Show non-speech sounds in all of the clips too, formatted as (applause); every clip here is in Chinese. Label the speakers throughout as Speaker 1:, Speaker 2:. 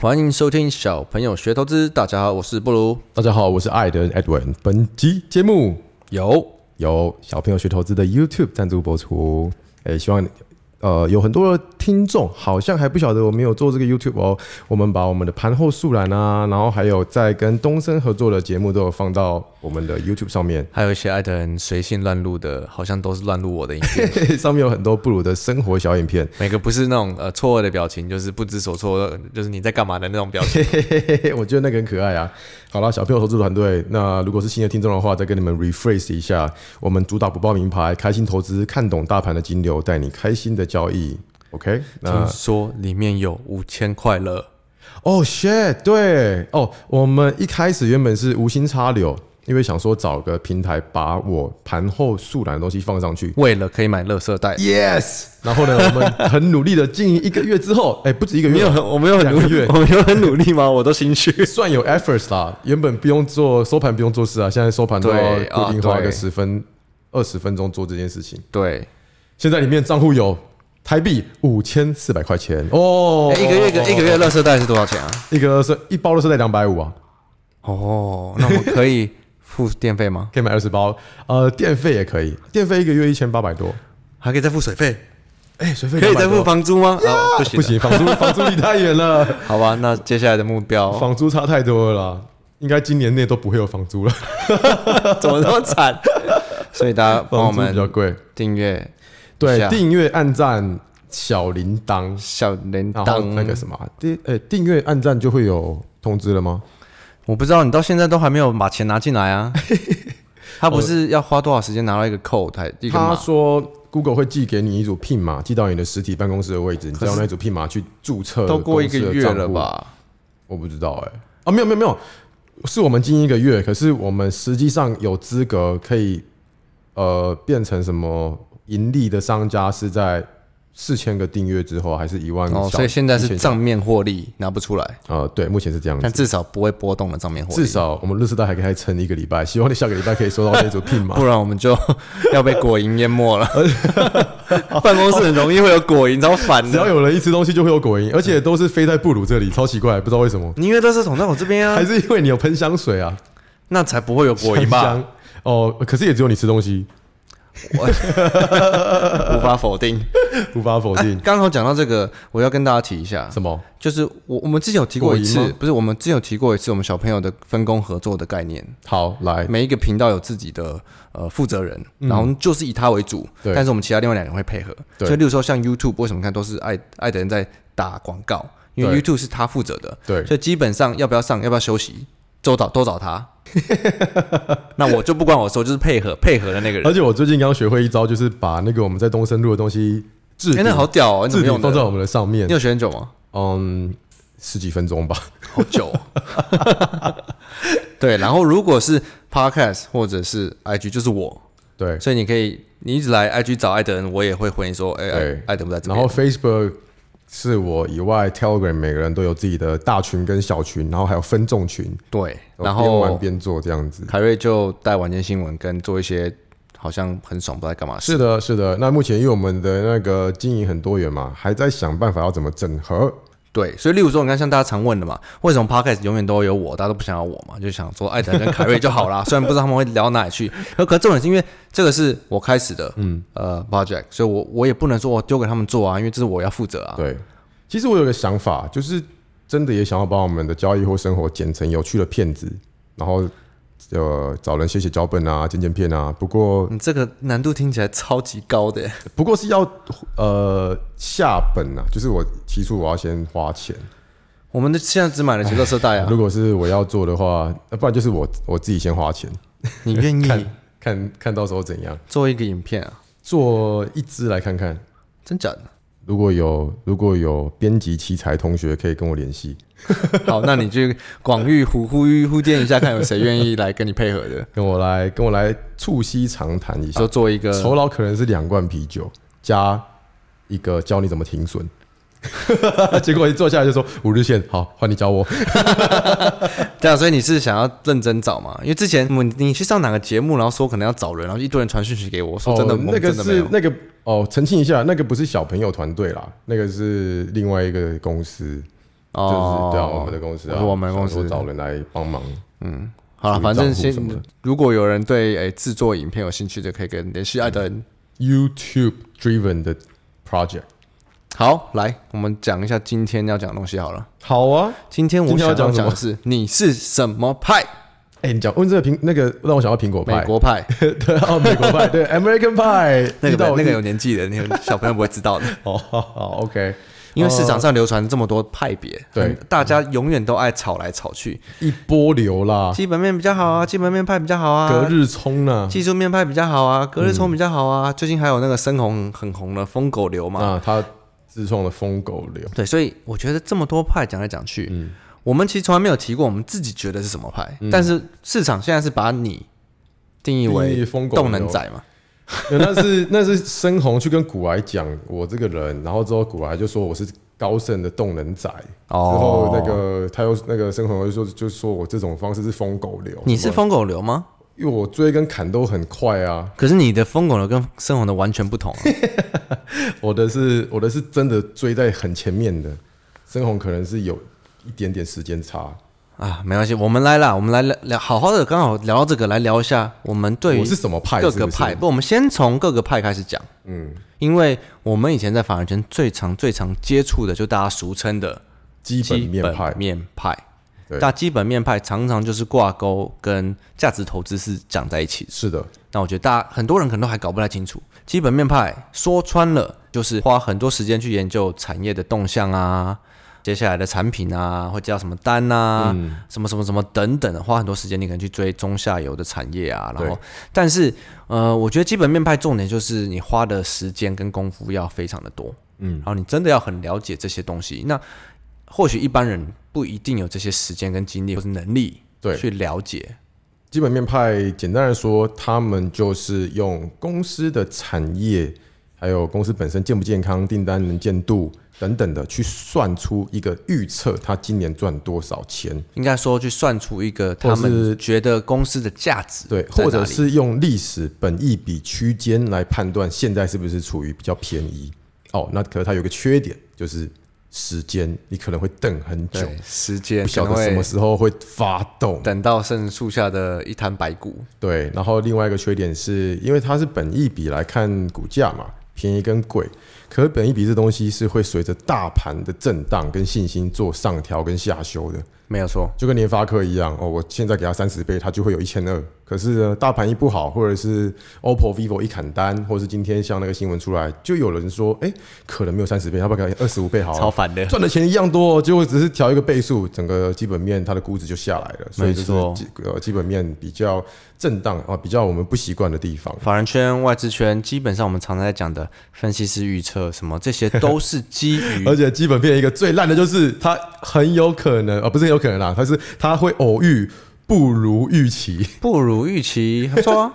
Speaker 1: 欢迎收听小朋友学投资。大家好，我是布鲁。
Speaker 2: 大家好，我是艾德 Edwin。本集节目
Speaker 1: 有
Speaker 2: 由小朋友学投资的 YouTube 赞助播出。诶，希望呃有很多的听众好像还不晓得我们有做这个 YouTube 哦。我们把我们的盘后速览啊，然后还有在跟东森合作的节目都有放到我们的 YouTube 上面。 (laughs)
Speaker 1: 还有一些艾特很随性乱录的，好像都是乱录我的影 (laughs) 片，
Speaker 2: 上面有很多布鲁的生活小影片。
Speaker 1: 每个不是那种呃错愕的表情，就是不知所措，就是你在干嘛的那种表情。
Speaker 2: 嘿嘿嘿，我觉得那个很可爱啊。好了，小朋友投资团队，那如果是新的听众的话，再跟你们 rephrase 一下，我们主打不报名牌，开心投资，看懂大盘的金流，带你开心的交易。OK，那
Speaker 1: 听说里面有五千块了，
Speaker 2: 哦、shit，对哦我们一开始原本是无心插柳，因为想说找个平台把我盘后速览的东西放上去。
Speaker 1: 为了可以买乐色袋。
Speaker 2: Yes，然后呢，我们很努力的经营一个月之后，哎、不止一个月，
Speaker 1: 没有很，我没有很努
Speaker 2: 两个
Speaker 1: 力
Speaker 2: 月，
Speaker 1: 我没有很努力吗？我都心虚。
Speaker 2: (laughs) 算有 efforts 啦，原本不用做收盘，不用做事啊，现在收盘都要
Speaker 1: 对啊
Speaker 2: 固定花
Speaker 1: 对
Speaker 2: 个十分、二十分钟做这件事情。
Speaker 1: 对，
Speaker 2: 现在里面账户有台币五千四百块钱哦，
Speaker 1: 哎一个月一个一个月乐色袋是多少钱啊？
Speaker 2: 一个是一包都是在两百五啊，
Speaker 1: 哦，那我们可以付电费吗？
Speaker 2: 可以买二十包，呃，电费也可以，电费一个月一千八百多，
Speaker 1: 还可以再付水费？
Speaker 2: 哎，水费
Speaker 1: 可以再
Speaker 2: 200
Speaker 1: 付
Speaker 2: 多
Speaker 1: 房租吗？哦，不行
Speaker 2: 不
Speaker 1: 了，
Speaker 2: 行，
Speaker 1: (laughs)
Speaker 2: 房租房租离太远了，
Speaker 1: 好吧，那接下来的目标
Speaker 2: 房租差太多了啦，应该今年内都不会有房租了，
Speaker 1: (laughs) 怎么那么惨？所以大家帮我
Speaker 2: 房租比较
Speaker 1: 们
Speaker 2: 贵。
Speaker 1: 订阅一
Speaker 2: 对
Speaker 1: 下，
Speaker 2: 订阅、按赞、小铃铛。
Speaker 1: 小铃
Speaker 2: 然后
Speaker 1: 铛
Speaker 2: 那个什么啊订呃订阅按赞就会有通知了吗？
Speaker 1: 我不知道你到现在都还没有把钱拿进来 (laughs) 啊。他不是要花多少时间拿到一个扣台一个
Speaker 2: 他
Speaker 1: 码？
Speaker 2: 说 Google 会寄给你一组 PIN 码，寄到你的实体办公室的位置，你再用那组 PIN 码去注册。
Speaker 1: 都过一个月了？吧？
Speaker 2: 我不知道哎、啊没有没有没有，是我们近一个月，可是我们实际上有资格可以呃变成什么盈利的商家是在四千个订阅之后，还是一万小？
Speaker 1: 哦，所以现在是
Speaker 2: 1000
Speaker 1: 账面获利拿不出来，
Speaker 2: 呃对，目前是这样子
Speaker 1: 但。至少不会波动的账面获
Speaker 2: 至
Speaker 1: 利，
Speaker 2: 少我们日式大还可以再撑一个礼拜，希望你下个礼拜可以收到那组 PIN 码。
Speaker 1: 不然我们就要被果蝇淹没了。 (laughs) 办公室很容易会有果蝇，超烦
Speaker 2: 只要
Speaker 1: 的。
Speaker 2: 有人一吃东西就会有果蝇，而且都是飞在布鲁这里，超奇怪，不知道为什么。
Speaker 1: 你因为都是捅在我这边啊
Speaker 2: 还，是因为你有喷香水啊，
Speaker 1: 那才不会有果蝇
Speaker 2: 香
Speaker 1: 吧？
Speaker 2: 香哦，可是也只有你吃东西，
Speaker 1: 无法否定。
Speaker 2: 无法否定。
Speaker 1: 啊刚好讲到这个，我要跟大家提一下，
Speaker 2: 什么？
Speaker 1: 就是我我们之前有提过一
Speaker 2: 果蝇
Speaker 1: 次
Speaker 2: 吗，
Speaker 1: 不是我们之前有提过一次我们小朋友的分工合作的概念，
Speaker 2: 好，来，
Speaker 1: 每一个频道有自己的呃负责人，然后就是以他为主，
Speaker 2: 嗯对
Speaker 1: 但是我们其他另外两个人会配合。
Speaker 2: 对
Speaker 1: 所以，例如说像 YouTube，为什么看都是爱爱的人在打广告，因为 YouTube 是他负责的，
Speaker 2: 对
Speaker 1: 所以基本上要不要上，要不要休息，都找都找
Speaker 2: (laughs)
Speaker 1: 他。那我就不管我说，就是配合配合的
Speaker 2: (laughs)
Speaker 1: 那个人
Speaker 2: 而。且我最近刚学会一招，就是把那个我们在东森录的东西置
Speaker 1: 哎，
Speaker 2: 顶
Speaker 1: 那好屌哦！你怎
Speaker 2: 置
Speaker 1: 么
Speaker 2: 顶
Speaker 1: 用
Speaker 2: 放在
Speaker 1: 的？
Speaker 2: 我们的上面
Speaker 1: 你，有学很久吗？
Speaker 2: 嗯，十几分钟吧。
Speaker 1: 好久、 (laughs) 哦。对，然后如果是 podcast 或者是 IG，就是我，
Speaker 2: 对，
Speaker 1: 所以你可以你一直来 IG 找艾德，我也会回你说，哎、
Speaker 2: 对
Speaker 1: 艾艾德不在 (laughs) 这
Speaker 2: 然
Speaker 1: 边
Speaker 2: 后。Facebook 是我以外，Telegram 每个人都有自己的大群跟小群，然后还有分众群，
Speaker 1: 对，然
Speaker 2: 边玩
Speaker 1: 后
Speaker 2: 边做这样子。
Speaker 1: 凯瑞就带晚间新闻跟做一些好像很爽不知道在干嘛的事。
Speaker 2: 是的，是的。那目前因为我们的那个经营很多元嘛，还在想办法要怎么整合。
Speaker 1: 对，所以例如说，你看像大家常问的嘛，为什么 podcast 永远都有我，大家都不想要我嘛？就想说艾德跟凯瑞就好
Speaker 2: (laughs)
Speaker 1: 啦。虽然不知道他们会聊哪里去，可可重点是因为这个是我开始的，嗯，呃，project，所以我我也不能说我丢给他们做啊，因为这是我要负责啊。
Speaker 2: 对，其实我有个想法，就是真的也想要把我们的交易或生活剪成有趣的片子，然后呃找人写写脚本啊，剪剪片啊。不过
Speaker 1: 你嗯这个难度听起来超级高的耶，
Speaker 2: 不过是要呃下本啊，就是我提出我要先花钱。
Speaker 1: 我们的现在只买得起乐色袋啊
Speaker 2: 哎如，果是我要做的话，呃不然就是我我自己先花钱，
Speaker 1: 你愿意
Speaker 2: 看看到时候怎样
Speaker 1: 做一个影片啊？
Speaker 2: 做一支来看看。
Speaker 1: 真假的？ (laughs)
Speaker 2: 如果有如果有编辑奇才同学可以跟我联系，
Speaker 1: 好，那你去广域呼呼吁呼电一下，看有谁愿意来跟你配合的。
Speaker 2: 跟我来跟我来促膝长谈一下
Speaker 1: 说。做一个
Speaker 2: 酬劳可能是两罐啤酒加一个教你怎么停损。 (laughs) 结果一坐下来就说五日线，好，换你教我。
Speaker 1: 对啊，所以你是想要认真找嘛？因为之前我们你去上哪个节目，然后说可能要找人，然后一堆人传讯息给我，说真的，
Speaker 2: 哦
Speaker 1: 我们
Speaker 2: 那个
Speaker 1: 真的没
Speaker 2: 是
Speaker 1: 有。
Speaker 2: 那个哦，澄清一下，那个不是小朋友团队啦，那个是另外一个公司。就是对啊，
Speaker 1: 哦
Speaker 2: 我们的公司啊，
Speaker 1: 我们公司
Speaker 2: 想说找人来帮忙。
Speaker 1: 好了，
Speaker 2: 属于
Speaker 1: 反正
Speaker 2: 账户
Speaker 1: 先
Speaker 2: 什么的，
Speaker 1: 如果有人对诶制作影片有兴趣的，可以跟联系艾德恩。
Speaker 2: YouTube driven 的 project，
Speaker 1: 好，来，我们讲一下今天要讲的东西好了。
Speaker 2: 好啊。
Speaker 1: 今天我
Speaker 2: 今天
Speaker 1: 想
Speaker 2: 要
Speaker 1: 要
Speaker 2: 讲什
Speaker 1: 讲
Speaker 2: 么
Speaker 1: 的是你是什么派？
Speaker 2: 哎、你讲问这个苹那个让我想到苹果
Speaker 1: 美
Speaker 2: 派，
Speaker 1: 国 (laughs) 派，
Speaker 2: (laughs) 对哦，美国派对 American Pie，
Speaker 1: (laughs) 那
Speaker 2: 遇
Speaker 1: 个
Speaker 2: 到
Speaker 1: 那个有年纪的，那个小朋友不会知道的，哦
Speaker 2: 哦，好好 OK，
Speaker 1: (laughs) 因为市场上流传这么多派别，
Speaker 2: 对
Speaker 1: 很大家永远都爱吵来吵去，
Speaker 2: 一波流啦，
Speaker 1: 基本面比较好啊，基本面派比较好啊，
Speaker 2: 隔日冲啦，
Speaker 1: 技术面派比较好啊，隔日冲比较好啊。最近还有那个深红很红的疯狗流嘛，
Speaker 2: 啊，他自创的疯狗流， (laughs)
Speaker 1: 对，所以我觉得这么多派讲来讲去，我们其实从来没有提过我们自己觉得是什么派，但是市场现在是把你定义
Speaker 2: 定
Speaker 1: 为
Speaker 2: 义疯狗流
Speaker 1: 动能仔嘛，
Speaker 2: 没有那是那是深红去跟古来讲我这个人，然后之后古来就说我是高盛的动能仔，
Speaker 1: 哦
Speaker 2: 之后那个他又那个深红又说就说我这种方式是疯狗流，
Speaker 1: 你是
Speaker 2: 什么
Speaker 1: 疯狗流吗？
Speaker 2: 因为我追跟砍都很快啊，
Speaker 1: 可是你的疯狗流跟深红的完全不同、啊，
Speaker 2: 我的是我的是真的追在很前面的，深红可能是有一点点时间差， (laughs)
Speaker 1: 啊，没关系，我们来啦，我们来聊聊，好好的，刚好聊到这个，来聊一下我们对于
Speaker 2: 我是什么派
Speaker 1: 各
Speaker 2: 是
Speaker 1: 个
Speaker 2: 不是
Speaker 1: 派，不，我们先从各个派开始讲，
Speaker 2: 嗯，
Speaker 1: 因为我们以前在法人圈最常最常接触的，就大家俗称的
Speaker 2: 基本面派
Speaker 1: 基本面派
Speaker 2: 对。
Speaker 1: 那基本面派常常就是挂钩跟价值投资是讲在一起的。
Speaker 2: 是的，
Speaker 1: 那我觉得大家很多人可能都还搞不太清楚，基本面派说穿了就是花很多时间去研究产业的动向啊，接下来的产品啊，会接到什么单啊，什么什么什么等等的，花很多时间你可能去追中下游的产业啊。然后，但是呃，我觉得基本面派重点就是你花的时间跟功夫要非常的多，嗯，然后你真的要很了解这些东西。那或许一般人不一定有这些时间跟精力或是能力
Speaker 2: 对
Speaker 1: 去了解，
Speaker 2: 基本面派简单来说，他们就是用公司的产业，还有公司本身健不健康、订单能见度等等的，去算出一个预测，他今年赚多少钱。
Speaker 1: 应该说去算出一个他
Speaker 2: 或是
Speaker 1: 们觉得公司的价值
Speaker 2: 对，
Speaker 1: 在哪里
Speaker 2: 或者是用历史本益比区间来判断现在是不是处于比较便宜。哦，那可能它有个缺点，就是时间，你可能会等很久，
Speaker 1: 对时间
Speaker 2: 不晓得
Speaker 1: 可能
Speaker 2: 什
Speaker 1: 会
Speaker 2: 么时候会发动。
Speaker 1: 等到剩树下的一滩白骨。
Speaker 2: 对，然后另外一个缺点是因为它是本益比来看股价嘛，便宜跟贵。可是本益比这东西是会随着大盘的震荡跟信心做上调跟下修的，
Speaker 1: 没有错，
Speaker 2: 就跟联发科一样哦，我现在给它三十倍，它就会有一千二。可是呢，大盘一不好，或者是 OPPO、vivo 一砍单，或者是今天像那个新闻出来，就有人说，哎，可能没有三十倍，要不要改二十五倍好、
Speaker 1: 超
Speaker 2: 啊？
Speaker 1: 烦的。
Speaker 2: 赚的钱一样多哦，结果只是调一个倍数，整个基本面它的估值就下来了，所以
Speaker 1: 没
Speaker 2: 这
Speaker 1: 错
Speaker 2: 是基呃基本面比较震荡啊，比较我们不习惯的地方。
Speaker 1: 法人圈、外资圈，基本上我们常常在讲的分析师预测什么，这些都是基
Speaker 2: (laughs)
Speaker 1: 于
Speaker 2: 而且基本面一个最烂的就是它很有可能啊、呃不是很有可能啦，它是它会偶遇不如预期，
Speaker 1: 不如预期，不错
Speaker 2: (laughs)
Speaker 1: 啊。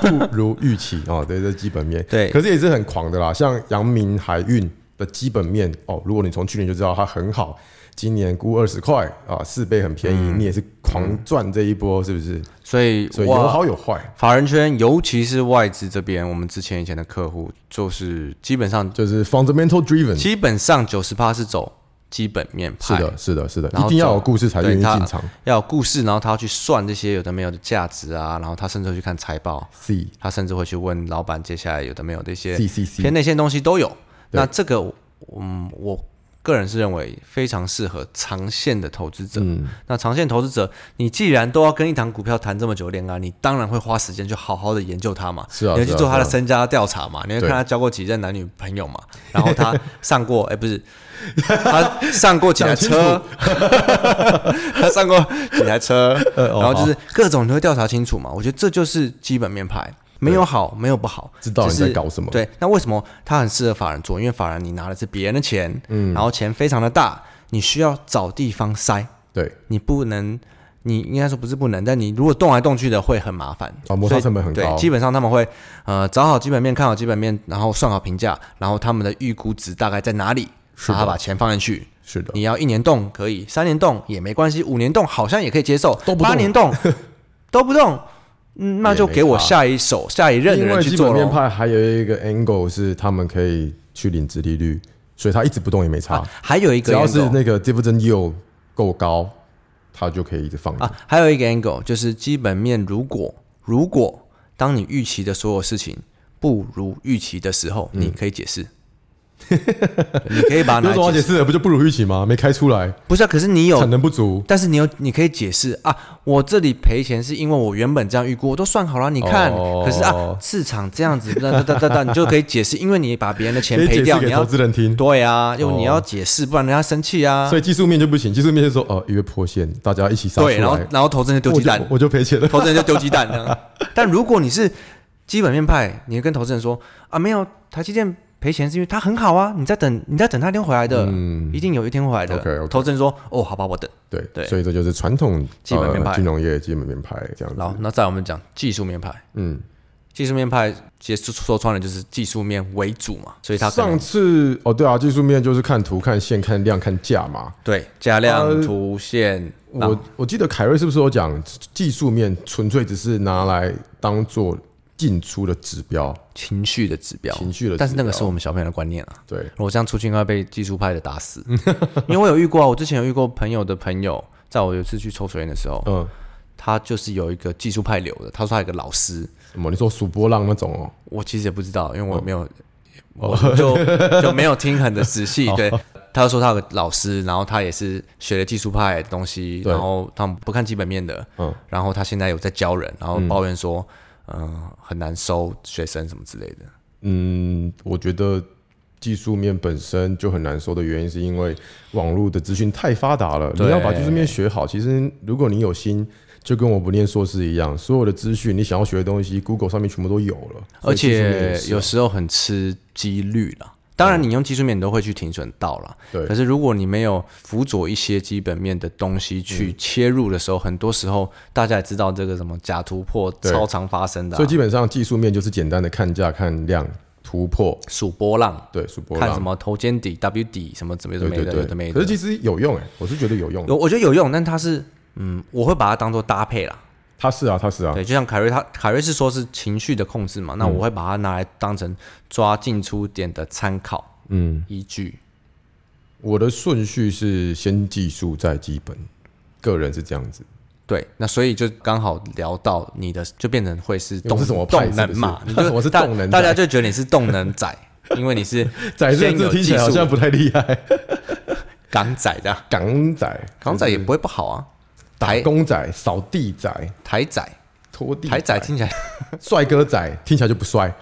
Speaker 2: 不如预期
Speaker 1: (laughs)
Speaker 2: 哦，对，这是基本面。
Speaker 1: 对
Speaker 2: 可是也是很狂的啦，像阳明海运的基本面哦，如果你从去年就知道它很好，今年估二十块啊，四倍很便宜，
Speaker 1: 嗯
Speaker 2: 你也是狂赚这一波，是不是？
Speaker 1: 所以
Speaker 2: 所以有
Speaker 1: 哇
Speaker 2: 好有坏。
Speaker 1: 法人圈，尤其是外资这边，我们之前以前的客户，就是基本上
Speaker 2: 就是 fundamental driven。
Speaker 1: 基本上九十趴是走基本面
Speaker 2: 是
Speaker 1: 派，
Speaker 2: 的，是的，是的，
Speaker 1: 然后
Speaker 2: 一定要有
Speaker 1: 走
Speaker 2: 故事才愿意
Speaker 1: 对他
Speaker 2: 进场。
Speaker 1: 要有故事，然后他要去算这些有的没有的价值啊，然后他甚至会去看财报，
Speaker 2: C
Speaker 1: 他甚至会去问老板接下来有的没有的一些
Speaker 2: C C C，
Speaker 1: 偏内线东西都有。
Speaker 2: 对
Speaker 1: 那这个，嗯，我个人是认为非常适合长线的投资者。
Speaker 2: 嗯，
Speaker 1: 那长线投资者，你既然都要跟一档股票谈这么久恋爱，你当然会花时间去好好的研究它嘛，
Speaker 2: 是啊
Speaker 1: 你会去
Speaker 2: 是啊
Speaker 1: 做他的
Speaker 2: 是啊
Speaker 1: 身家调查嘛，你会
Speaker 2: 对
Speaker 1: 看他交过几任男女朋友嘛，然后他上过， (laughs) 哎、不是，他上过几台车，他 (laughs) 上过几台车，
Speaker 2: (laughs) 呃哦
Speaker 1: 然后就是各种你会调查清楚嘛，我觉得这就是基本面牌。没有好，没有不好，
Speaker 2: 知道你
Speaker 1: 只是
Speaker 2: 在搞什么
Speaker 1: 对，那为什么它很适合法人做？因为法人你拿的是别人的钱，嗯，然后钱非常的大，你需要找地方塞，
Speaker 2: 对，
Speaker 1: 你不能，你应该说不是不能，但你如果动来动去的会很麻烦。
Speaker 2: 啊，
Speaker 1: 所
Speaker 2: 摩擦
Speaker 1: 以
Speaker 2: 成本很
Speaker 1: 对，
Speaker 2: 高，
Speaker 1: 基本上他们会呃找好基本面，看好基本面，然后算好评价，然后他们的预估值大概在哪里，
Speaker 2: 是的
Speaker 1: 然后他把钱放进去。
Speaker 2: 是的，
Speaker 1: 你要一年动可以，三年动也没关系，五年动好像也可以接受，
Speaker 2: 都不动
Speaker 1: 八年
Speaker 2: (laughs)
Speaker 1: 动都不动，嗯，那就
Speaker 2: 也没
Speaker 1: 给我
Speaker 2: 差
Speaker 1: 下一手、下一任的
Speaker 2: 另
Speaker 1: 人
Speaker 2: 外
Speaker 1: 去
Speaker 2: 基
Speaker 1: 做
Speaker 2: 本面
Speaker 1: 咯。
Speaker 2: 派还有一个 angle 是他们可以去领殖利率，所以它一直不动也没差
Speaker 1: 啊。，还有一
Speaker 2: 只
Speaker 1: 个
Speaker 2: 要是
Speaker 1: angle
Speaker 2: 那个 dividend yield 够高，它就可以一直放着。
Speaker 1: 啊，还有一个 angle 就是基本面，如果如果当你预期的所有事情不如预期的时候，你可以解
Speaker 2: (laughs)
Speaker 1: 释， (laughs) 你可以把它
Speaker 2: 嗯有
Speaker 1: 拿
Speaker 2: 什么好
Speaker 1: 来
Speaker 2: 解
Speaker 1: 解释，
Speaker 2: 释的？不就不如预期吗？没开出来，
Speaker 1: 不是、啊，可是你有
Speaker 2: 产能不足。
Speaker 1: 但是你有，你可以解释啊，我这里赔钱是因为我原本这样预估，我都算好了，你看，
Speaker 2: 哦
Speaker 1: 可是啊，市场这样子，哒哒哒哒哒，你就可以解释，因为你把别人的钱
Speaker 2: 可以
Speaker 1: 赔
Speaker 2: 解 (laughs)
Speaker 1: 掉，
Speaker 2: 释
Speaker 1: 你
Speaker 2: 给
Speaker 1: 要
Speaker 2: 投资人听。
Speaker 1: 对啊，因为
Speaker 2: 哦
Speaker 1: 你要解释，不然人家生气啊
Speaker 2: 所。以技术面就不行，技术面就说哦，一月破线，大家一起杀出
Speaker 1: 对，然后
Speaker 2: 来，
Speaker 1: 然后投资人就丢
Speaker 2: 我
Speaker 1: 鸡蛋
Speaker 2: 就，我就赔钱了。
Speaker 1: 投资人就丢鸡蛋这
Speaker 2: (laughs)
Speaker 1: 样。但如果你是基本面派，你跟投资人说啊，没有台积电赔钱是因为它很好啊，你在等你在等它一天回来的，
Speaker 2: 嗯
Speaker 1: 一定有一天回来的。
Speaker 2: OK，OK
Speaker 1: 投资人说哦，好吧，我等。
Speaker 2: 对
Speaker 1: 对
Speaker 2: 所以这就是传统
Speaker 1: 基本面派
Speaker 2: 呃金融业基本面派这样子。
Speaker 1: 然后那再来我们讲技术面派。
Speaker 2: 嗯，
Speaker 1: 技术面派其实说穿了就是技术面为主嘛，所以它可
Speaker 2: 上
Speaker 1: 能
Speaker 2: 次哦，对啊，技术面就是看图、看线、看量、看价嘛。
Speaker 1: 对加量
Speaker 2: 呃
Speaker 1: 图线，然后
Speaker 2: 我我记得凯瑞是不是有讲技术面纯粹只是拿来当做进出的指标、
Speaker 1: 情绪的指标，
Speaker 2: 情绪的指标？
Speaker 1: 但是那个是我们小朋友的观念啊。
Speaker 2: 对，
Speaker 1: 我这样出去应该被技术派的打死， (laughs) 因为我有遇过啊，我之前有遇过朋友的朋友，在我有一次去抽水烟的时候，
Speaker 2: 嗯，
Speaker 1: 他就是有一个技术派流的，他说他有一个老师，
Speaker 2: 什么？你说数波浪那种哦？
Speaker 1: 我其实也不知道，因为我没有，我就就没有听很的仔
Speaker 2: (laughs) 哦
Speaker 1: 细。对，他就说他有个老师，然后他也是学了技术派的东西，
Speaker 2: 对
Speaker 1: 然后他们不看基本面的，
Speaker 2: 嗯
Speaker 1: 然后他现在有在教人，然后抱怨说，嗯、很难收学生什么之类的。
Speaker 2: 嗯，我觉得技术面本身就很难说的原因，是因为网络的资讯太发达了。
Speaker 1: 对
Speaker 2: 你要把技术面学好，其实如果你有心，就跟我不念硕士一样，所有的资讯你想要学的东西，Google 上面全部都有了。所
Speaker 1: 而
Speaker 2: 以技术面也
Speaker 1: 且
Speaker 2: 是
Speaker 1: 有时候很吃几率啦。当然，你用技术面你都会去停损到啦。
Speaker 2: 对
Speaker 1: 可是如果你没有辅佐一些基本面的东西
Speaker 2: 嗯
Speaker 1: 去切入的时候，很多时候大家也知道这个什么假突破
Speaker 2: 对
Speaker 1: 超常发生的、
Speaker 2: 所
Speaker 1: 啊
Speaker 2: 以，基本上技术面就是简单的看价、看量、突破，
Speaker 1: 数波浪，
Speaker 2: 对，数波
Speaker 1: 看什
Speaker 2: 浪，
Speaker 1: 么头肩底、W 底什么怎么怎
Speaker 2: 对
Speaker 1: 么
Speaker 2: 对
Speaker 1: 的，有的
Speaker 2: 对。
Speaker 1: 没
Speaker 2: 可是
Speaker 1: 的。
Speaker 2: 其实有用哎、我是觉得有用的
Speaker 1: 有，。我觉得有用，但它是，嗯，我会把它当做搭配啦。
Speaker 2: 它是啊，它是啊，
Speaker 1: 对，就像凯瑞他，凯瑞是说是情绪的控制嘛，那
Speaker 2: 嗯
Speaker 1: 我会把它拿来当成抓进出点的参考
Speaker 2: 嗯，
Speaker 1: 依据。
Speaker 2: 我的顺序是先技术再基本，个人是这样子。
Speaker 1: 对，那所以就刚好聊到你的，就变成会是
Speaker 2: 你们
Speaker 1: 动
Speaker 2: 是什么派
Speaker 1: 动能
Speaker 2: (laughs)
Speaker 1: 嘛？
Speaker 2: 是
Speaker 1: 你
Speaker 2: 不是
Speaker 1: 就
Speaker 2: 我是
Speaker 1: 大
Speaker 2: 动能仔
Speaker 1: 大家就觉得你是动能仔，因为你是
Speaker 2: (laughs) 仔这
Speaker 1: 先
Speaker 2: 个字
Speaker 1: 有
Speaker 2: 听
Speaker 1: 技
Speaker 2: 起来好像
Speaker 1: 术
Speaker 2: 不太厉害，
Speaker 1: 港仔这样，
Speaker 2: 港仔、
Speaker 1: 港仔也不会不好啊，
Speaker 2: 嗯打
Speaker 1: 台
Speaker 2: 工仔、扫地仔、
Speaker 1: 台仔。
Speaker 2: 拖地
Speaker 1: 台仔听起来，
Speaker 2: 帅哥仔，听起来就不帅，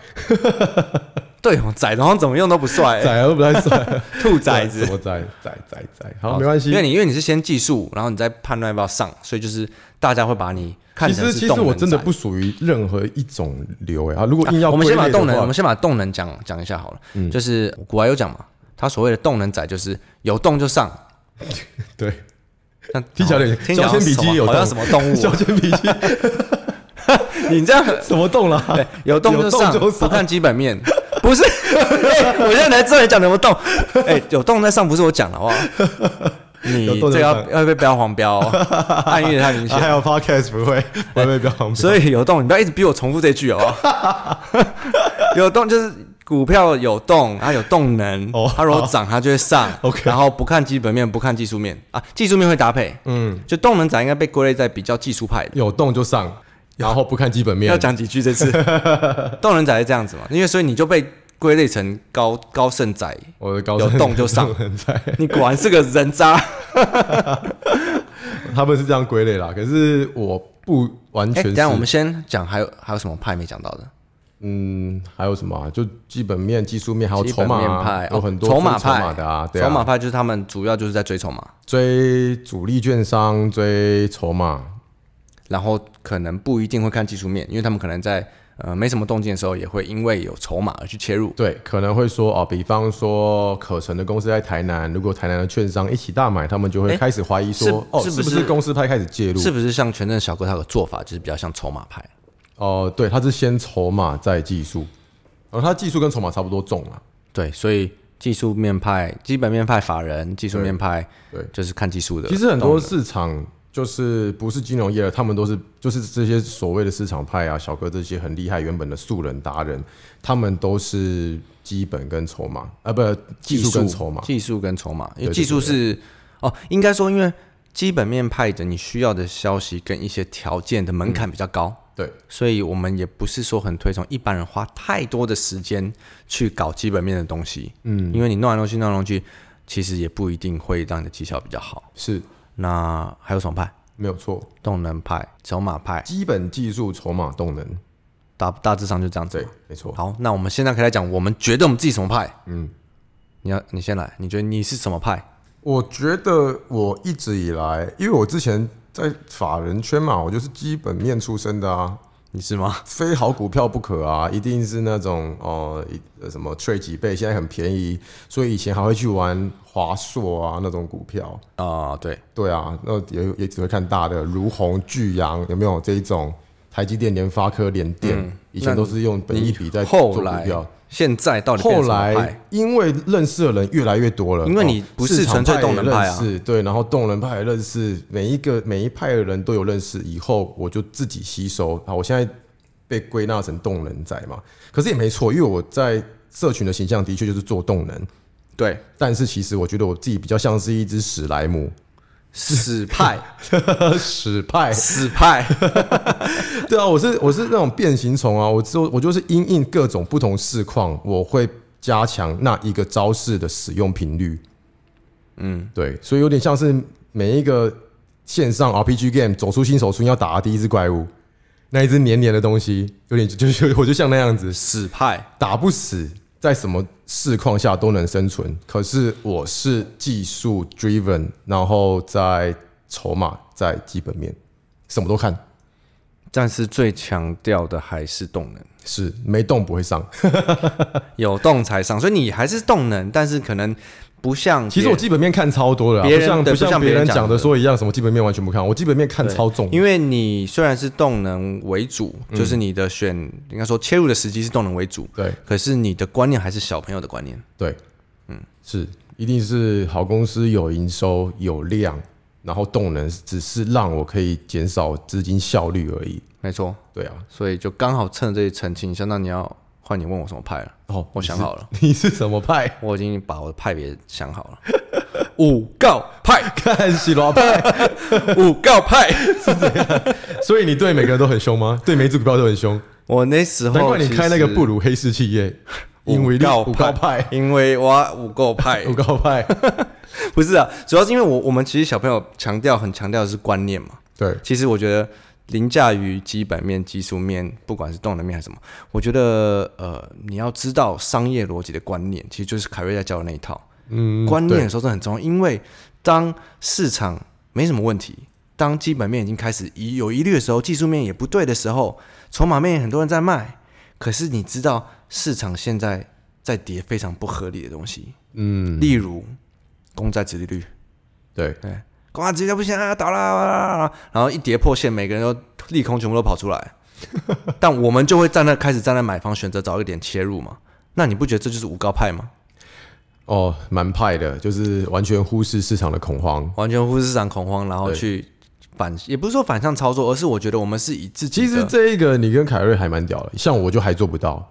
Speaker 1: (laughs) 对哦，仔好像怎么用都不帅、欸
Speaker 2: (laughs) 仔都不太
Speaker 1: (laughs)
Speaker 2: 帅，
Speaker 1: 兔崽子。
Speaker 2: 什么仔仔仔仔，好，没关系
Speaker 1: 因为。你因为你是先技术，然后你再判断要不要上，所以就是大家会把你看
Speaker 2: 其
Speaker 1: 成
Speaker 2: 实
Speaker 1: 是
Speaker 2: 其
Speaker 1: 动
Speaker 2: 实
Speaker 1: 能
Speaker 2: 我真的
Speaker 1: 仔
Speaker 2: 不属于任何一种流哎啊！如果硬要
Speaker 1: 我们先把
Speaker 2: 归类的
Speaker 1: 动能，
Speaker 2: 话嗯
Speaker 1: 我们先把动能讲讲一下好了。就是古玩有讲嘛，他所谓的动能仔就是有动就上，
Speaker 2: 对
Speaker 1: 但
Speaker 2: 听起来有点
Speaker 1: 听起来
Speaker 2: 小铅笔
Speaker 1: 好像
Speaker 2: 机有
Speaker 1: 好像
Speaker 2: 动
Speaker 1: 什么动
Speaker 2: (laughs)
Speaker 1: 物
Speaker 2: 削
Speaker 1: 啊，
Speaker 2: 尖脾
Speaker 1: (laughs)
Speaker 2: 气
Speaker 1: 你这样
Speaker 2: 什么 (laughs) 动啦？
Speaker 1: 对 (laughs) 有动就上
Speaker 2: 有动就，
Speaker 1: 不
Speaker 2: 上
Speaker 1: 看基本
Speaker 2: (laughs)
Speaker 1: 面，不是？ (laughs) 哎我现在才知道你讲的不动，哎，有动在上不是我讲的
Speaker 2: (laughs)
Speaker 1: 话，你
Speaker 2: 有
Speaker 1: 这
Speaker 2: 动
Speaker 1: 个
Speaker 2: 在
Speaker 1: 要要被标黄
Speaker 2: (laughs)
Speaker 1: 标哦，暗喻得太明
Speaker 2: 啊还
Speaker 1: 显。
Speaker 2: 有 podcast 不
Speaker 1: (laughs)
Speaker 2: 会不会被标红，
Speaker 1: 所以有动，你不要一直逼我重复这句
Speaker 2: (laughs)
Speaker 1: 哦。 (laughs) 有动就是股票有动，它有动能
Speaker 2: 哦，
Speaker 1: 它如果涨它就会上。
Speaker 2: (laughs) OK
Speaker 1: 然后不看基本面，不看技术面啊，技术面会搭配。
Speaker 2: 嗯，
Speaker 1: 就动能仔应该被归类在比较技术派的。
Speaker 2: 有动就上，然后不看基本
Speaker 1: 要
Speaker 2: 面，
Speaker 1: 讲几句这次， (laughs) 动能仔是这样子嘛？因为所以你就被归类成高高盛仔，
Speaker 2: 我的高
Speaker 1: 有
Speaker 2: 中
Speaker 1: 动就
Speaker 2: (laughs)
Speaker 1: 上
Speaker 2: 动能仔。
Speaker 1: 你果然是个人渣。
Speaker 2: 他们是这样归类啦，可是我不完
Speaker 1: 哎、
Speaker 2: (laughs) 全是。
Speaker 1: 等一下我们先讲还有还有什么派没讲到的？
Speaker 2: 嗯，还有什么、啊？就基本面、技术面，还有
Speaker 1: 基
Speaker 2: 筹
Speaker 1: 本
Speaker 2: 码、
Speaker 1: 面
Speaker 2: 啊、
Speaker 1: 派，
Speaker 2: 有
Speaker 1: 哦
Speaker 2: 很多
Speaker 1: 筹码
Speaker 2: 追筹
Speaker 1: 派
Speaker 2: 码的啊，对啊，
Speaker 1: 筹码派就是他们主要就是在追筹码，
Speaker 2: 追主力券商、追筹码，
Speaker 1: 然后可能不一定会看技术面，因为他们可能在呃没什么动静的时候，也会因为有筹码而去切入。
Speaker 2: 对，可能会说哦，比方说可成的公司在台南，如果台南的券商一起大买，他们就会
Speaker 1: 诶
Speaker 2: 开始怀疑说，
Speaker 1: 哎是是
Speaker 2: 哦，是
Speaker 1: 不
Speaker 2: 不
Speaker 1: 是
Speaker 2: 是公司派开始介入？
Speaker 1: 是不是像权证小哥他的做法，就是比较像筹码派？
Speaker 2: 哦、对，他是先筹码再技术，然、后他技术跟筹码差不多重啊，
Speaker 1: 对，所以技术面派、基本面派、法人技术面派，
Speaker 2: 对对
Speaker 1: 就是看技术的。
Speaker 2: 其实很
Speaker 1: 懂
Speaker 2: 多市场就是不是金融业的，他们都是就是这些所谓的市场派啊，小哥这些很厉害，原本的素人达人，他们都是基本跟筹码啊，不技术跟筹码。
Speaker 1: 技术跟筹码，因为
Speaker 2: 对对
Speaker 1: 技术
Speaker 2: 对
Speaker 1: 是哦，应该说因为基本面派的你需要的消息跟一些条件的门槛比较高，
Speaker 2: 对，
Speaker 1: 所以我们也不是说很推崇一般人花太多的时间去搞基本面的东西，嗯，因为你弄来弄去弄来弄去，其实也不一定会让你的绩效比较好。
Speaker 2: 是
Speaker 1: 那还有什么派？
Speaker 2: 没有错。
Speaker 1: 动能派、筹码派，
Speaker 2: 基本技术、筹码、动能，
Speaker 1: 大大致上就这样子
Speaker 2: 对。，没错。
Speaker 1: 好，那我们现在可以来讲，我们觉得我们自己什么派？
Speaker 2: 嗯，
Speaker 1: 你要你先来，你觉得你是什么派？
Speaker 2: 我觉得我一直以来，因为我之前在法人圈嘛，我就是基本面出身的啊，
Speaker 1: 你是吗？
Speaker 2: 非好股票不可啊，一定是那种哦、一呃什么 trade 几倍，现在很便宜，所以以前还会去玩华硕啊那种股票。
Speaker 1: 啊、对，
Speaker 2: 对啊，那也也只会看大的，如虹、巨阳有没有这一种？台积电、联发科、联电，以前都是用本一笔在
Speaker 1: 嗯
Speaker 2: 做
Speaker 1: 后
Speaker 2: 股
Speaker 1: 来
Speaker 2: 票。
Speaker 1: 现在到底变
Speaker 2: 后
Speaker 1: 成什么
Speaker 2: 来
Speaker 1: 派？
Speaker 2: 因为认识的人越来越多了，哦
Speaker 1: 因为你不是
Speaker 2: 市场
Speaker 1: 纯粹动能派啊
Speaker 2: 也认识对，然后动能派也认识每一个每一派的人都有认识，以后我就自己吸收啊，我现在被归纳成动能仔嘛，可是也没错，因为我在社群的形象的确就是做动能，
Speaker 1: 对，
Speaker 2: 但是其实我觉得我自己比较像是一只史
Speaker 1: (laughs)
Speaker 2: 莱姆，
Speaker 1: 死派， (laughs)
Speaker 2: 史派
Speaker 1: 死派，
Speaker 2: (laughs) 对啊，我是我是那种变形虫啊，我就我就是因应各种不同市况，我会加强那一个招式的使用频率。嗯，对，所以有点像是每一个线上 RPG game 走出新手村要打的第一只怪物，那一只黏黏的东西，有点就就我就像那样子，
Speaker 1: 死派，
Speaker 2: 打不死，在什么市况下都能生存。可是我是技术 driven，然后在筹码在基本面，什么都看。
Speaker 1: 但是最强调的还是动能，
Speaker 2: 是没动不会上，
Speaker 1: 有动才上，所以你还是动能，但是可能不像
Speaker 2: 其实
Speaker 1: 别
Speaker 2: 我
Speaker 1: 人
Speaker 2: 基本面看超多了啊，
Speaker 1: 别
Speaker 2: 不
Speaker 1: 人
Speaker 2: 像
Speaker 1: 对
Speaker 2: 不
Speaker 1: 不像
Speaker 2: 像
Speaker 1: 别
Speaker 2: 别
Speaker 1: 人
Speaker 2: 人
Speaker 1: 讲
Speaker 2: 讲
Speaker 1: 的
Speaker 2: 的说一样，什么基本面完全不看，我基本面看超重。
Speaker 1: 因为你虽然是动能为主，就是你的选应该说切入的时机是动能为主，
Speaker 2: 对
Speaker 1: 可是你的观念还是小朋友的观念，
Speaker 2: 对，嗯，是一定是好公司有营收有量，然后动能只是让我可以减少资金效率而已。
Speaker 1: 没错，
Speaker 2: 对啊，
Speaker 1: 所以就刚好趁这里澄清一下，那你要换你问我什么派了，
Speaker 2: 哦
Speaker 1: 我想好了。
Speaker 2: (laughs) 你是什么派？
Speaker 1: 我已经把我的派别想好了， (laughs) 五告派，
Speaker 2: (laughs) 看喜罗派，
Speaker 1: (laughs) 五告
Speaker 2: (laughs)
Speaker 1: 派。
Speaker 2: 所以你对每个人都很凶吗？对每一只股票都很凶，
Speaker 1: 我那时候
Speaker 2: 难怪你开那个布
Speaker 1: 鲁，
Speaker 2: 鲁黑市企业，因为
Speaker 1: 告
Speaker 2: 五高派，
Speaker 1: 因为我五告派
Speaker 2: (laughs) 五高派，
Speaker 1: 不是啊，主要是因为我我们其实小朋友强调很强调的是观念嘛。
Speaker 2: 对，
Speaker 1: 其实我觉得凌驾于基本面、技术面，不管是动能面还是什么，我觉得呃，你要知道商业逻辑的观念，其实就是凯瑞在教的那一套。
Speaker 2: 嗯，
Speaker 1: 观念
Speaker 2: 对
Speaker 1: 有时候真的很重要，因为当市场没什么问题，当基本面已经开始疑有疑虑的时候，技术面也不对的时候，筹码面也很多人在卖，可是你知道市场现在在跌非常不合理的东西，
Speaker 2: 嗯，
Speaker 1: 例如公债殖利率，
Speaker 2: 对，
Speaker 1: 对，公债殖利率不行啊，倒啦啦啦啦，然后一跌破线，每个人都利空全部都跑出来， (laughs) 但我们就会站在开始站在买方选择找一个点切入嘛，那你不觉得这就是无高派吗？
Speaker 2: 哦，蛮派的，就是完全忽视市场的恐慌。
Speaker 1: 完全忽视市场恐慌，然后
Speaker 2: 对
Speaker 1: 去反，也不是说反向操作，而是我觉得我们是以自己
Speaker 2: 其
Speaker 1: 的
Speaker 2: 实这一个你跟凯瑞还蛮屌的，像我就还做不到，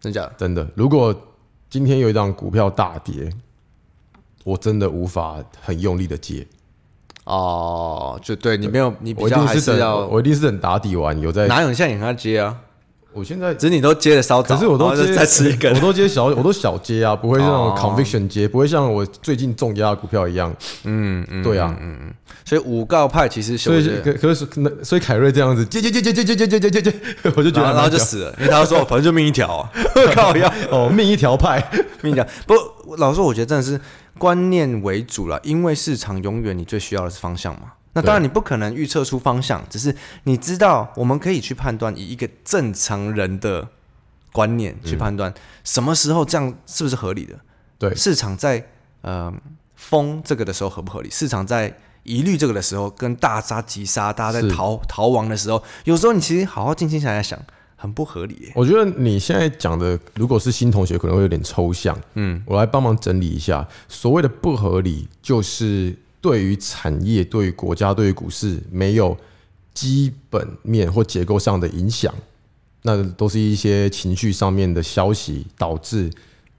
Speaker 1: 真假的，
Speaker 2: 真的。如果今天有一档股票大跌，我真的无法很用力的接，
Speaker 1: 哦，就对你没有，你比
Speaker 2: 我一
Speaker 1: 较
Speaker 2: 定
Speaker 1: 还是
Speaker 2: 等，
Speaker 1: 要
Speaker 2: 我一定是等打底完有在。
Speaker 1: 哪有你现在也跟他接啊？
Speaker 2: 我现在
Speaker 1: 只是你都接的稍早，
Speaker 2: 可是我都
Speaker 1: 然后就
Speaker 2: 接
Speaker 1: 再吃一根
Speaker 2: 我，都接小，我都小接啊，不会那种
Speaker 1: 哦
Speaker 2: conviction 接，不会像我最近重压的股票一样。
Speaker 1: 嗯嗯，
Speaker 2: 对啊，
Speaker 1: 所以五告派其实
Speaker 2: 所
Speaker 1: 我
Speaker 2: 以
Speaker 1: 觉
Speaker 2: 是
Speaker 1: 得
Speaker 2: 可可是那所以凯瑞这样子接接接接接接接接接接接， (laughs) 我就觉
Speaker 1: 然后然后
Speaker 2: 得还蛮
Speaker 1: 就
Speaker 2: 屌
Speaker 1: 死了，因为他说反正就命一条啊， (laughs) 靠呀！
Speaker 2: 哦命一条派。
Speaker 1: 跟你讲，不，老实说，我觉得真的是观念为主了，因为市场永远你最需要的是方向嘛。那当然，你不可能预测出方向，只是你知道，我们可以去判断，以一个正常人的观念去判断，什么时候这样是不是合理的？
Speaker 2: 嗯对，
Speaker 1: 市场在呃疯这个的时候合不合理？市场在疑虑这个的时候，跟大杀急杀，大家在
Speaker 2: 是
Speaker 1: 逃逃亡的时候，有时候你其实好好静心下来想，很不合理耶、
Speaker 2: (laughs) 我觉得你现在讲的，如果是新同学，可能会有点抽象。嗯，我来帮忙整理一下。所谓的不合理，就是对于产业、对于国家、对于股市没有基本面或结构上的影响，那都是一些情绪上面的消息，导致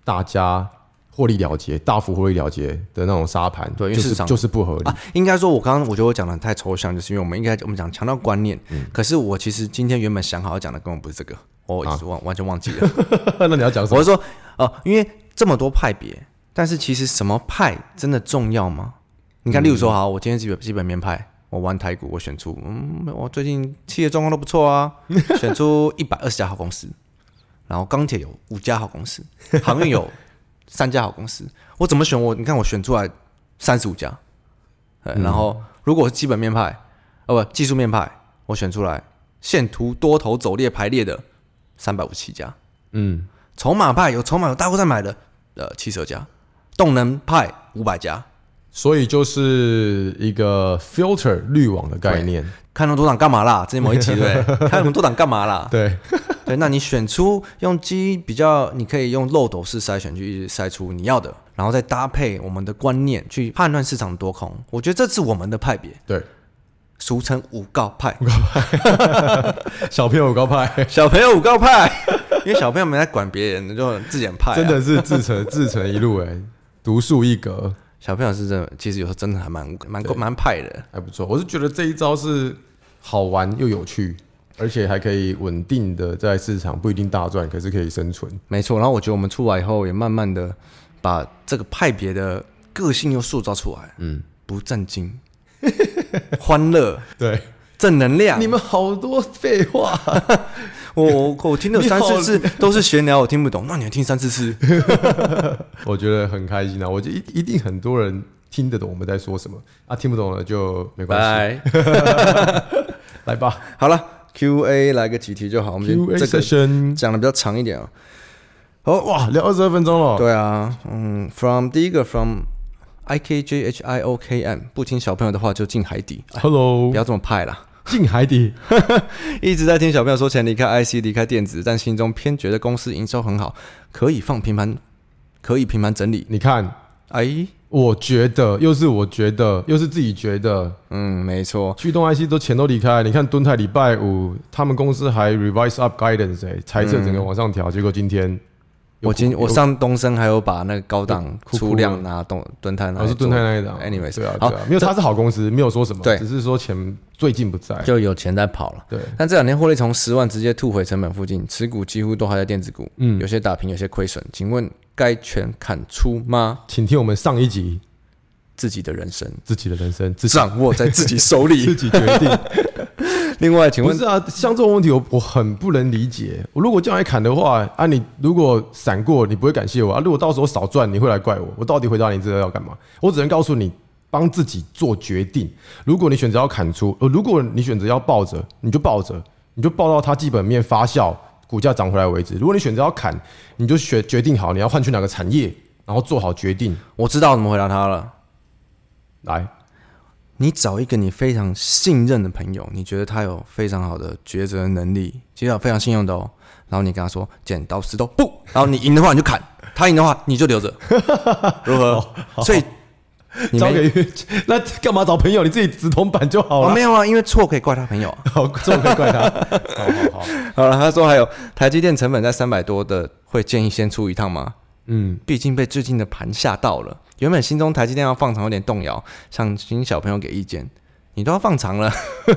Speaker 2: 大家获利了结、大幅获利了结的那种沙盘，
Speaker 1: 对因为
Speaker 2: 就
Speaker 1: 市
Speaker 2: 是
Speaker 1: 场
Speaker 2: 就是不合理。
Speaker 1: 啊，应该说，我刚刚我觉得我讲的太抽象，就是因为我们应该我们讲强调观念，可是我其实今天原本想好要讲的根本不是这个，我一直忘、完全忘记了。
Speaker 2: (laughs) 那你要讲什
Speaker 1: 我
Speaker 2: 么？
Speaker 1: 是说，哦、因为这么多派别，但是其实什么派真的重要吗？你看，例如说，
Speaker 2: 嗯
Speaker 1: 好，我今天基本基本面派，我玩台股，我选出，嗯，我最近企业状况都不错啊， (laughs) 选出一百二十家好公司，然后钢铁有五家好公司，
Speaker 2: (laughs)
Speaker 1: 航运有三家好公司，我怎么选我？你看我选出来三十五家，
Speaker 2: 嗯
Speaker 1: 呃然后如果是基本面派，哦不，技术面派，我选出来线图多头走列排列的三百五七家，
Speaker 2: 嗯，
Speaker 1: 筹码派有筹码有大户在买的，呃，七十二家；动能派五百家，
Speaker 2: 所以就是一个 filter 滤网的概念。
Speaker 1: 看那么多档干嘛啦？之前某一集对 (laughs) 不对，看那么多档干嘛啦？
Speaker 2: 对，
Speaker 1: 对，那你选出用基比较，你可以用漏斗式筛选去筛出你要的，然后再搭配我们的观念去判断市场多空。我觉得这是我们的派别，
Speaker 2: 对，
Speaker 1: 俗称五告派，
Speaker 2: 小朋友高派
Speaker 1: 小朋友五告 (laughs) 派，因为小朋友没在管别人，就自己很派、啊。
Speaker 2: 真，的是自成自成一路哎、独树一格，
Speaker 1: 小朋友是真的，其实有时候真的还蛮蛮蛮派的。
Speaker 2: 还不错。我是觉得这一招是好玩又有趣，而且还可以稳定的在市场不一定大赚，可是可以生存。
Speaker 1: 没错，然后我觉得我们出来以后，也慢慢的把这个派别的个性又塑造出来，
Speaker 2: 嗯，
Speaker 1: 不正经， (laughs) 欢乐，
Speaker 2: 对，
Speaker 1: 正能量
Speaker 2: 你。们好多废话，
Speaker 1: 我我我听了
Speaker 2: 你
Speaker 1: 三
Speaker 2: 好
Speaker 1: 四次都是闲聊，我听不懂，那你还听三四
Speaker 2: (laughs)
Speaker 1: 次？
Speaker 2: (laughs) 我觉得很开心啊！我觉得一一定很多人听得懂我们在说什么啊，听不懂了就没关系，
Speaker 1: 拜。
Speaker 2: 来吧。
Speaker 1: 好了，Q&A 来个几题就好，我们
Speaker 2: Q A
Speaker 1: 今天这个
Speaker 2: session，
Speaker 1: 讲的比较长一点啊。好，
Speaker 2: 哇，聊二十二分钟了，
Speaker 1: 对啊，嗯，from 第一个 from I K J H I O K M，不听小朋友的话就进海底，
Speaker 2: Hello，
Speaker 1: 不要这么派啦。
Speaker 2: 进海底，
Speaker 1: (laughs) 一直在听小朋友说钱离开 IC 离开电子，但心中偏觉得公司营收很好，可以放平盘，可以平盘整理。
Speaker 2: 你看，
Speaker 1: 哎，
Speaker 2: 我觉得又是我觉得又是自己觉得，
Speaker 1: 嗯，没错，
Speaker 2: 驱动 IC 都钱都离开了，你看敦泰礼拜五他们公司还 revise up guidance，哎、猜测
Speaker 1: 嗯
Speaker 2: 整个往上调，结果今天又
Speaker 1: 我今
Speaker 2: 哭
Speaker 1: 我上东升还有把那个高档
Speaker 2: 哭哭
Speaker 1: 出量拿东蹲泰拿
Speaker 2: 哦
Speaker 1: 来
Speaker 2: 是
Speaker 1: 做，
Speaker 2: 敦泰那一档
Speaker 1: Anyways，
Speaker 2: 对啊，
Speaker 1: 好
Speaker 2: 对啊，没有他是好公司，没有说什么，
Speaker 1: 对
Speaker 2: 只是说钱最近不在，
Speaker 1: 就有钱在跑了。
Speaker 2: 对，
Speaker 1: 但这两天获利从十万直接吐回成本附近，持股几乎都还在电子股，
Speaker 2: 嗯
Speaker 1: 有些打平，有些亏损。请问该全砍出吗？
Speaker 2: 请听我们上一集
Speaker 1: 自己的人生
Speaker 2: 自己的人生，自己
Speaker 1: 掌握在自己手
Speaker 2: (laughs) 自
Speaker 1: 里。
Speaker 2: 己决定。
Speaker 1: 另外，请
Speaker 2: 不
Speaker 1: 问
Speaker 2: 是啊，像这种问题我我很不能理解。我如果叫你砍的话，啊，你如果闪过，你不会感谢我啊。如果到时候少赚，你会来怪我。我到底回答你这个要干嘛？我只能告诉你，帮自己做决定。如果你选择要砍出，呃，如果你选择要抱着，你就抱着，你就抱到它基本面发酵，股价涨回来为止。如果你选择要砍，你就选决定好你要换去哪个产业，然后做好决定。
Speaker 1: 我知道怎么回答他了。
Speaker 2: 来，
Speaker 1: 你找一个你非常信任的朋友，你觉得他有非常好的抉择能力，其实有非常信用的哦。然后你跟他说剪刀石头布，然后你赢的话你就砍，他赢的话你就留着，如何？所以你
Speaker 2: 交
Speaker 1: 没
Speaker 2: 给 (laughs) 那干嘛找朋友？你自己直通版就好
Speaker 1: 哦
Speaker 2: 了。
Speaker 1: 没有啊，因为错可以怪他朋友啊。
Speaker 2: 好，这我可以怪他。 (laughs) 好好好，
Speaker 1: 好了，他说还有台积电成本在三百多的，会建议先出一趟吗？
Speaker 2: 嗯。
Speaker 1: 毕竟被最近的盘吓到了，原本心中台积电要放长有点动摇，想请小朋友给意见。你都要放长了， (laughs)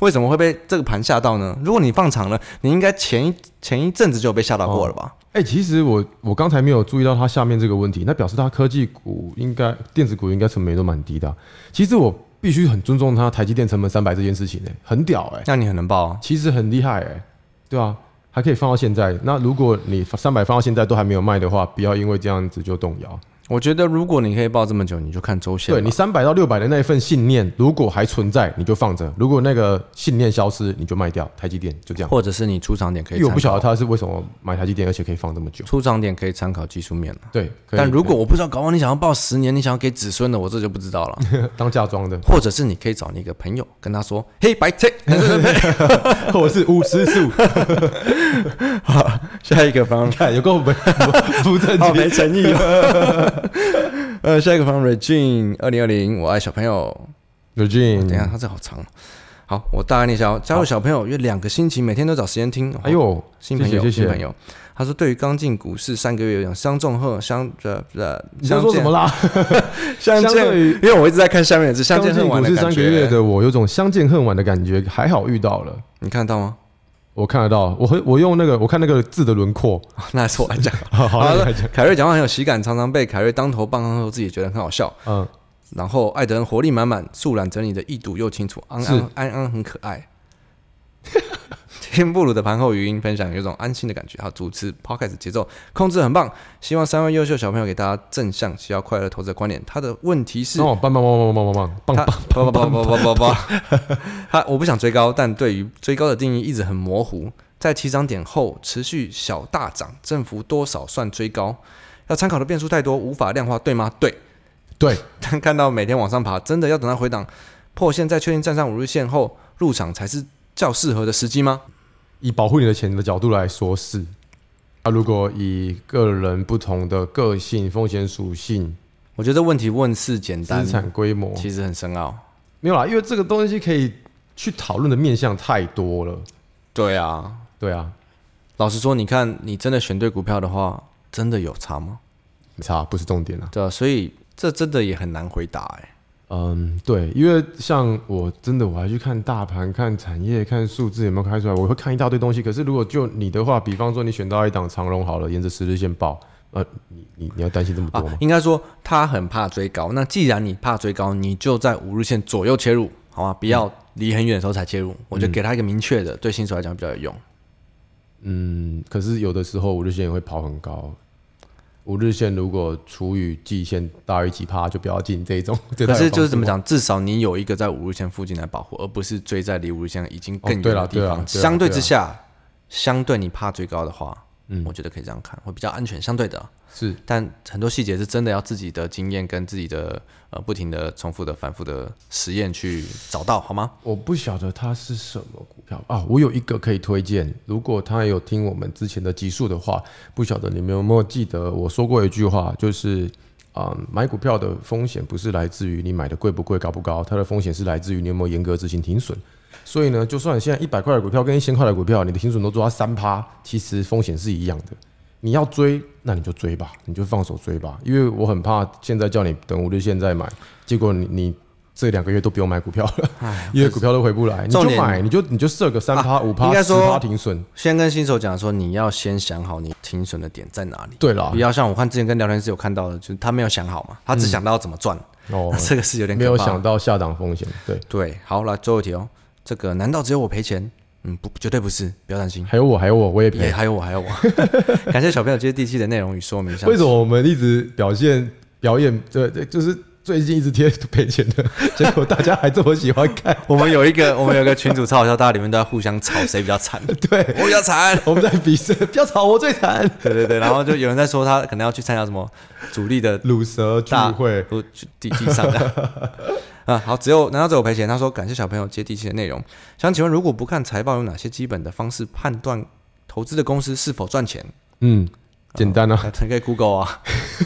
Speaker 1: 为什么会被这个盘吓到呢？如果你放长了，你应该前一前一阵子就有被吓到过了吧？
Speaker 2: 哎、其实我我刚才没有注意到它下面这个问题，那表示它科技股应该电子股应该成本也都蛮低的啊、其实我必须很尊重它台积电成本三百这件事情、欸，很屌哎、
Speaker 1: 那你很能爆啊！
Speaker 2: 其实很厉害哎、对啊，还可以放到现在。那如果你三百放到现在都还没有卖的话，不要因为这样子就动摇。
Speaker 1: 我觉得如果你可以爆这么久，你就看周线吧。
Speaker 2: 对你三百到六百的那一份信念，如果还存在，你就放着；如果那个信念消失，你就卖掉台积电，就这样。
Speaker 1: 或者是你出场点可以
Speaker 2: 因
Speaker 1: 参
Speaker 2: 为
Speaker 1: 考，
Speaker 2: 我不晓得他是为什么买台积电，而且可以放这么久。
Speaker 1: 出场点可以参考技术面了。
Speaker 2: 对，可以
Speaker 1: 但如果我不知道，搞不好你想要报十年，你想要给子孙的，我这就不知
Speaker 2: (laughs)
Speaker 1: 道了。
Speaker 2: 可以 (laughs) 当嫁妆的，
Speaker 1: 或者是你可以找你一个朋友，跟他说：“嘿，白痴，
Speaker 2: (laughs)
Speaker 1: (laughs)
Speaker 2: 我是五十五， (laughs)
Speaker 1: 下一个方
Speaker 2: 看有够不 (laughs) 不 (laughs) 正
Speaker 1: 好
Speaker 2: 经，
Speaker 1: 没诚意、哦。 (laughs) 呃，下一个方 Regine 二零二零，我爱小朋友。
Speaker 2: Regine，
Speaker 1: 等一下，他这好长。哦好，我大概念一下哦。加入小朋友约两个星期，每天都找时间听。哦
Speaker 2: 哎呦，
Speaker 1: 新朋友，
Speaker 2: 谢谢谢
Speaker 1: 新朋
Speaker 2: 谢。
Speaker 1: 友，他说对于刚进股市三个月有点相中恨相呃呃
Speaker 2: 你在
Speaker 1: 相
Speaker 2: 说什
Speaker 1: 见
Speaker 2: 么啦？
Speaker 1: 相
Speaker 2: (laughs) 相
Speaker 1: 见
Speaker 2: 对于，
Speaker 1: 因为我一直在看下面的字，相
Speaker 2: 刚
Speaker 1: 见
Speaker 2: 进
Speaker 1: 恨晚的
Speaker 2: 股市
Speaker 1: 感
Speaker 2: 三个
Speaker 1: 觉
Speaker 2: 月的我，有种相见恨晚的感觉，还好遇到了。
Speaker 1: 你看得到吗？ (laughs)
Speaker 2: 我看得到，我会我用那个我看那个字的轮廓，
Speaker 1: 那是我来讲。
Speaker 2: 好 (laughs) 好
Speaker 1: (laughs) 好
Speaker 2: 那
Speaker 1: 了
Speaker 2: 你来讲，
Speaker 1: 凯瑞讲话很有喜感，常常被凯瑞当头棒喝后，自己觉得很好笑。
Speaker 2: 嗯，
Speaker 1: 然后艾德恩活力满满，素懒整理的一睹又清楚，安
Speaker 2: 是
Speaker 1: 安安安很可爱。 (laughs) 天布鲁的盘后语音分享有种安心的感觉，好主持 podcast 节奏控制很棒，希望三位优秀小朋友给大家正向、需要快乐投资的观点。他的问题是，
Speaker 2: 那我棒棒棒棒棒棒棒哦棒
Speaker 1: 他不
Speaker 2: 棒，
Speaker 1: 不不不不不不， (laughs) 他我不想追高，但对于追高的定义一直很模糊。在起涨点后持续小大涨，振幅多少算追高？要参考的变数太多，无法量化，对吗？对。
Speaker 2: 对，
Speaker 1: (laughs) 但看到每天往上爬，真的要等它回档破线，再确定站上五日线后入场才是较适合的时机吗？
Speaker 2: 以保护你的钱的角度来说是。啊，如果以个人不同的个性、风险属性、
Speaker 1: 我觉得这问题问是简单
Speaker 2: 资，产规模，
Speaker 1: 其实很深奥。
Speaker 2: 没有啦，因为这个东西可以去讨论的面向太多了。
Speaker 1: 对啊，
Speaker 2: 对啊，
Speaker 1: 老实说，你看你真的选对股票的话，真的有差吗？
Speaker 2: 没差不是重点啊。
Speaker 1: 对啊，所以这真的也很难回答哎、
Speaker 2: 嗯，对，因为像我真的我还去看大盘、看产业、看数字有没有开出来，我会看一大堆东西。可是如果就你的话，比方说你选到一档长龙好了，沿着十日线报，呃，你你你要担心这么多
Speaker 1: 啊
Speaker 2: 吗？，
Speaker 1: 应该说他很怕追高。那既然你怕追高，你就在五日线左右切入，好吗？不要离很远的时候才切入。我觉得给他一个明确的，对新手来讲比较有用。
Speaker 2: 嗯，可是有的时候五日线也会跑很高。五日线如果除以季线大于几趴，就不要进这种。这
Speaker 1: 可
Speaker 2: 太有
Speaker 1: 是就是
Speaker 2: 帮助
Speaker 1: 怎么
Speaker 2: 了？
Speaker 1: 讲，至少你有一个在五日线附近来保护，而不是追在离五日线已经更
Speaker 2: 哦
Speaker 1: 远
Speaker 2: 对啦
Speaker 1: 的地
Speaker 2: 对啦
Speaker 1: 方。
Speaker 2: 对啦
Speaker 1: 相对
Speaker 2: 对
Speaker 1: 之
Speaker 2: 啦
Speaker 1: 下，相对你怕追高的话，
Speaker 2: 嗯
Speaker 1: 我觉得可以这样看，会比较安全。相对的，
Speaker 2: 是
Speaker 1: 但很多细节是真的要自己的经验跟自己的呃不停的重复的反复的实验去找到，好吗？
Speaker 2: 我不晓得它是什么股票啊，我有一个可以推荐。如果他有听我们之前的集数的话，不晓得你们有没有记得我说过一句话，就是，嗯，买股票的风险不是来自于你买的贵不贵、高不高，它的风险是来自于你有没有严格执行停损。所以呢，就算现在一百块的股票跟一千块的股票，你的停损都做到三趴，其实风险是一样的。你要追，那你就追吧，你就放手追吧，因为我很怕现在叫你等五日线再买，结果你你这两个月都不用买股票了，因为股票都回不来，你就
Speaker 1: 重点啊
Speaker 2: 买，你就你就设个三趴、五
Speaker 1: 应
Speaker 2: 趴、
Speaker 1: 该
Speaker 2: 十
Speaker 1: 说
Speaker 2: 趴停损。
Speaker 1: 先跟新手讲说，你要先想好你停损的点在哪里，
Speaker 2: 对啦嗯
Speaker 1: 不，要像我看之前跟聊天室有看到的，就是他没有想好嘛，他只想到怎么赚，
Speaker 2: 哦
Speaker 1: (laughs) 那，这个是有点可
Speaker 2: 没有
Speaker 1: 怕
Speaker 2: 想到下档风险，对，
Speaker 1: 对，好，来最后一题哦。这个难道只有我赔钱？嗯，不，绝对不是，不要担心。
Speaker 2: 还有我，还有我，我也
Speaker 1: 也
Speaker 2: 赔。
Speaker 1: 还有我，还有我。 (laughs) 感谢小朋友接地气的内容与说明。
Speaker 2: 为什么我们一直表现表演，对对，就是最近一直贴赔钱的，结果大家还这么喜欢看？
Speaker 1: 我们有一个，我 (laughs) 们有一个群主超好笑，大家里面都在互相吵谁比较惨，
Speaker 2: 对，
Speaker 1: (laughs) 我比较惨。
Speaker 2: (laughs) 我们在比赛，不要吵，我最惨。
Speaker 1: 对对对，然后就有人在说他可能要去参加什么主力 (laughs) 的
Speaker 2: 卤蛇聚
Speaker 1: 大
Speaker 2: 会，
Speaker 1: 不地地上的。 (laughs) 啊，好，只有难道只有赔钱？他说感谢小朋友接地气的内容。想请问，如果不看财报，有哪些基本的方式判断投资的公司是否赚钱？
Speaker 2: 嗯，简单啊。
Speaker 1: 你可以 Google 啊， (laughs)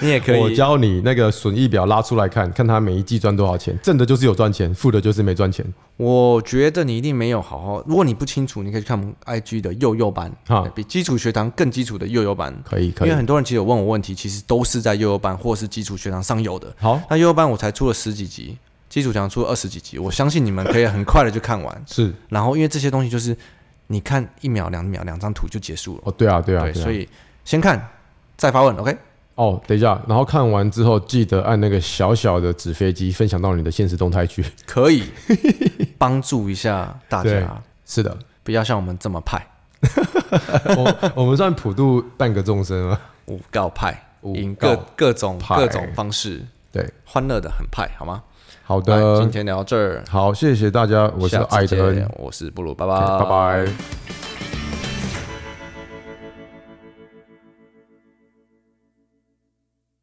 Speaker 1: 你也可以。
Speaker 2: 我教你那个损益表拉出来看，看他每一季赚多少钱，挣的就是有赚钱，负的就是没赚钱。
Speaker 1: 我觉得你一定没有好好，如果你不清楚，你可以去看我们 IG 的幼幼班
Speaker 2: 哈，
Speaker 1: 比基础学堂更基础的幼幼班，
Speaker 2: 可以，
Speaker 1: 因
Speaker 2: 可以
Speaker 1: 为。很多人其实有问我问题，其实都是在幼幼班或是基础学堂上有的。
Speaker 2: 好，。
Speaker 1: 那幼幼班我才出了十几集，基础学堂出了二十几集，我相信你们可以很快的就看完
Speaker 2: 是
Speaker 1: 然后因为这些东西就是你看一秒、两秒、两张图就结束了，
Speaker 2: 哦，对啊，对啊，对啊
Speaker 1: 所以先看再发问，OK？
Speaker 2: 哦，等一下，然后看完之后记得按那个小小的纸飞机分享到你的现实动态区。
Speaker 1: 可以帮助一下大
Speaker 2: 对
Speaker 1: 家，
Speaker 2: (laughs) 是的，
Speaker 1: 不要像我们这么派。
Speaker 2: 我 (laughs) 我们算普渡半个众生啊。
Speaker 1: 五告派，
Speaker 2: 五
Speaker 1: 引
Speaker 2: 告
Speaker 1: 各各种
Speaker 2: 派
Speaker 1: 各种方式，
Speaker 2: 对，
Speaker 1: 欢乐的很派，好吗？
Speaker 2: 好
Speaker 1: 那今
Speaker 2: 的，
Speaker 1: 天聊到这儿，
Speaker 2: 好，谢谢大家，我是
Speaker 1: 下次
Speaker 2: 艾德恩
Speaker 1: 见，我是布鲁，拜
Speaker 2: 拜拜。